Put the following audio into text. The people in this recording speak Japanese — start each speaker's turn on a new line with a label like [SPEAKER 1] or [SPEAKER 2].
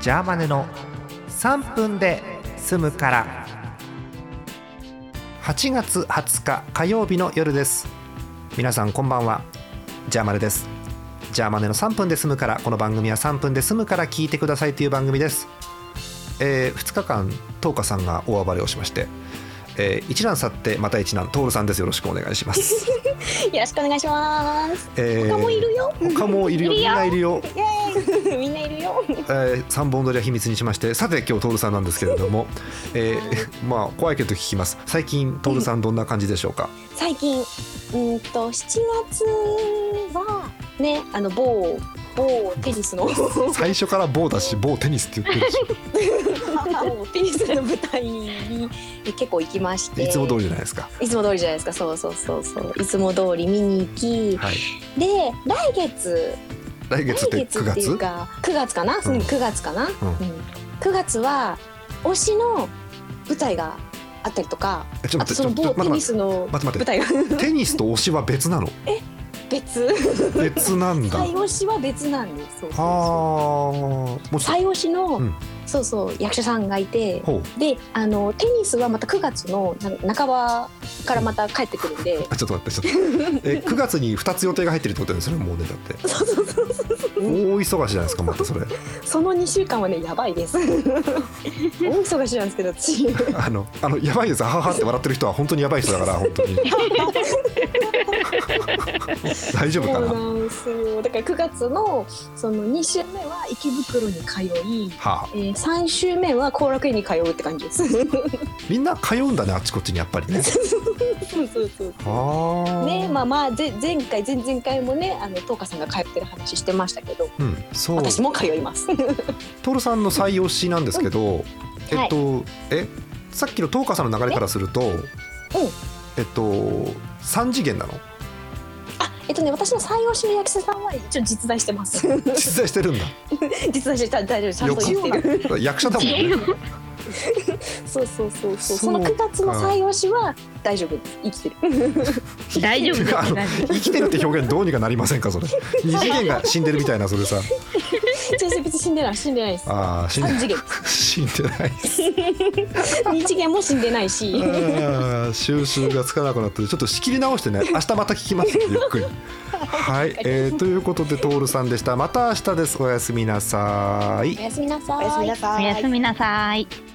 [SPEAKER 1] ジャーマネの3分で済むから8月20日火曜日の夜です皆さんこんばんはジャーマネですジャーマネの3分で済むからこの番組は3分で済むから聞いてくださいという番組です、え2日間東花さんが大暴れをしまして、えー一難去ってまた一難徹さんですよろしくお願いし ます、
[SPEAKER 2] よろしくお願いします。
[SPEAKER 1] えー
[SPEAKER 2] 他もいるよ。
[SPEAKER 1] 他もいるよみんないるよ
[SPEAKER 2] イエーイ みんないるよ。
[SPEAKER 1] えー、3本撮りは秘密にしましてさて今日徹さんなんですけれ ども、えーまあ怖いけど聞きます最近徹さんどんな感じでしょうか、
[SPEAKER 2] 最近、うーんと7月はね、あの某某テニスの
[SPEAKER 1] 最初から某だし某テニスって言ってるし
[SPEAKER 2] 某テニスの舞台に結構行きまして、
[SPEAKER 1] いつも通りじゃないですか、
[SPEAKER 2] いつも通りじゃないですか。そうそうそうそう。いつも通り見に行き、
[SPEAKER 1] はい、
[SPEAKER 2] で来月
[SPEAKER 1] 来月って
[SPEAKER 2] 来月
[SPEAKER 1] 9
[SPEAKER 2] ってい
[SPEAKER 1] 月
[SPEAKER 2] うか9月かな、
[SPEAKER 1] う
[SPEAKER 2] うんん、9月かな、
[SPEAKER 1] うん
[SPEAKER 2] うん、9月は推しの舞台があったりとか
[SPEAKER 1] えちょ
[SPEAKER 2] あ
[SPEAKER 1] っと待って
[SPEAKER 2] と
[SPEAKER 1] ち
[SPEAKER 2] そ
[SPEAKER 1] ょ
[SPEAKER 2] の
[SPEAKER 1] っと待
[SPEAKER 2] 某テニ
[SPEAKER 1] って
[SPEAKER 2] スの
[SPEAKER 1] 待って待
[SPEAKER 2] 舞
[SPEAKER 1] って
[SPEAKER 2] 台が
[SPEAKER 1] テニスと推しは別なの
[SPEAKER 2] 別
[SPEAKER 1] 別なんだ
[SPEAKER 2] 最推しは別なんですそうそ
[SPEAKER 1] あ
[SPEAKER 2] う
[SPEAKER 1] ー
[SPEAKER 2] そう
[SPEAKER 1] もう
[SPEAKER 2] 最推しの、
[SPEAKER 1] うん
[SPEAKER 2] そうそう役者さんがいて
[SPEAKER 1] ほう
[SPEAKER 2] であのテニスはまた9月のな半ばからまた帰ってくるんで
[SPEAKER 1] あちょっと待ってちょっとえ9月に2つ予定が入ってるってことですよねもうねだって
[SPEAKER 2] そうそうそう
[SPEAKER 1] 大忙しじゃないですかまたそれ
[SPEAKER 2] その2週間はねやばい です大忙しなんですけど私
[SPEAKER 1] あのあのやばいですはははって笑ってる人は本当にやばい人だから本当 に大丈夫か
[SPEAKER 2] そう
[SPEAKER 1] な
[SPEAKER 2] なんですよだから9月のその2週目は池袋に通い、
[SPEAKER 1] はあ、
[SPEAKER 2] えー、3週目は後楽園に通うって感じで すそう
[SPEAKER 1] みんな通うんだねあっちこっちにやっぱ りね。
[SPEAKER 2] そうそう
[SPEAKER 1] はあ。
[SPEAKER 2] ねまあまあぜ前回前々回もねあの東花さんが通ってる話してましたけど
[SPEAKER 1] うん、そう。
[SPEAKER 2] 私も通います
[SPEAKER 1] トルさんの採用しなんですけど、えっと、えさっきのトーカさんの流れからすると、えっと三次元なの？
[SPEAKER 2] あえっとね私の採用しの役者さんは一応実在してます
[SPEAKER 1] 実在してるんだ。
[SPEAKER 2] 実在してた大丈夫ちゃんと言ってる
[SPEAKER 1] 横役者だもん ね。
[SPEAKER 2] そうそうそうそ
[SPEAKER 1] そ
[SPEAKER 2] うそう
[SPEAKER 1] か
[SPEAKER 2] の9月の採用しは大丈夫です生き てる
[SPEAKER 3] 大丈夫です
[SPEAKER 1] あの生きてるって表現どうにかなりませんかそれ。二次元が死んでるみたいなそれさ。
[SPEAKER 2] 全然別に死んでない死んでないです
[SPEAKER 1] ああ死ん
[SPEAKER 2] 3
[SPEAKER 1] で
[SPEAKER 2] 次元
[SPEAKER 1] 死んでない。
[SPEAKER 2] 2次元も死んでないし
[SPEAKER 1] あー収集がつかなくなってちょっと仕切り直してね明日また聞きますゆっくりはい、えーということで徹さんでしたまた明日ですおやすみなさい
[SPEAKER 2] おやすみなさ
[SPEAKER 4] おやすみなさ
[SPEAKER 3] お
[SPEAKER 4] い
[SPEAKER 3] やすみなさい。